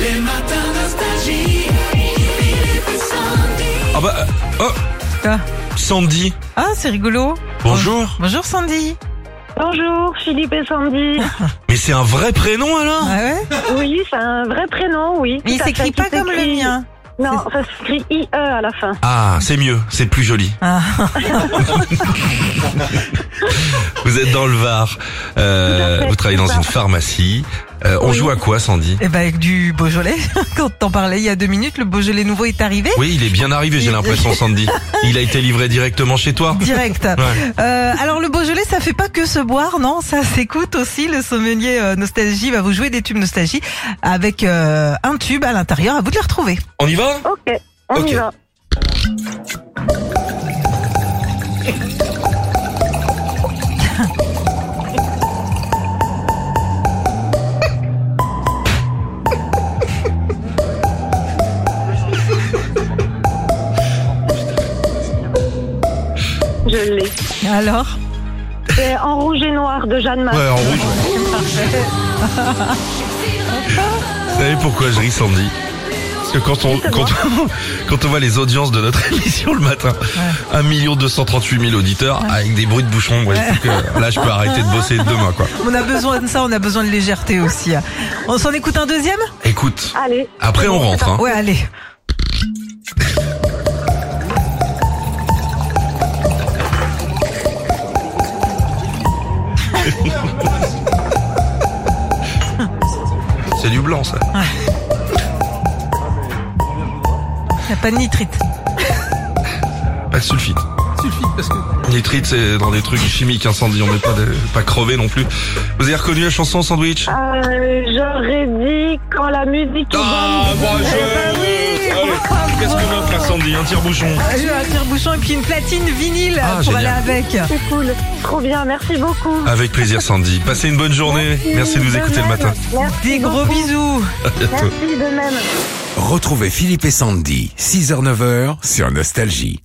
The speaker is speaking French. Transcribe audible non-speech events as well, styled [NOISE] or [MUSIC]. Les matins nostalgie. Philippe et Sandy. Ah bah, euh, oh, Ah, Sandy, Ah, c'est rigolo. bonjour. Bonjour Sandy. Bonjour Philippe et [LAUGHS] Sandy. Mais c'est un vrai prénom alors ouais. Oui, c'est un vrai prénom, oui. Mais il Tout à s'écrit fait, pas qui comme le s'écrit- mien. Non, ça s'écrit IE à la fin. Ah, c'est mieux, c'est plus joli. Ah. Vous êtes dans le Var, euh, Tout à fait, vous travaillez c'est dans ça. une pharmacie. Euh, on Oui. joue à quoi, Sandy Eh ben avec du Beaujolais. [LAUGHS] Quand t'en parlais il y a deux minutes, le Beaujolais nouveau est arrivé. Oui, il est bien arrivé, j'ai Il- l'impression, Sandy. Il a été livré directement chez [LAUGHS] toi. Direct. Ouais. Euh, alors le Beaujolais, ça fait pas que se boire, non, ça s'écoute aussi. Le sommelier euh, Nostalgie va vous jouer des tubes Nostalgie avec euh, un tube à l'intérieur. À vous de les retrouver. On y va Ok, on Ok. [LAUGHS] y va. Je l'ai. Alors, C'est en rouge et noir de Jeanne Marie. Ouais, en rouge. Vous savez pourquoi je ris, Sandy Parce que quand on, quand, on, quand on voit les audiences de notre [LAUGHS] émission le matin, 1 238 000 auditeurs avec des bruits de bouchons, ouais, il faut que- là je peux arrêter de bosser demain quoi. on a besoin de ça, on a besoin de légèreté aussi. hein. On s'en écoute un deuxième Écoute, Allez. Ah après on rentre. Hein. Ouais, allez. C'est du blanc ça. Y a pas de nitrite. Pas de sulfite. Nitrite c'est dans des trucs chimiques incendies, on n'est pas, de, pas crevé non plus. Vous avez reconnu la chanson Sandwich Euh, J'aurais dit quand la musique est Ah, bonne. bah, Eh ben Qu'est-ce que m'offre Sandy Un tire-bouchon J'ai un tire-bouchon et puis une platine vinyle Ah, pour génial. aller avec. [LAUGHS] C'est cool. Trop bien. Merci beaucoup. Avec plaisir Sandy. Passez une bonne journée. Merci de nous écouter le même. matin. Merci Des gros beaucoup. bisous. À bientôt. Merci de même. Retrouvez Philippe et Sandy, 6h-9h sur Nostalgie.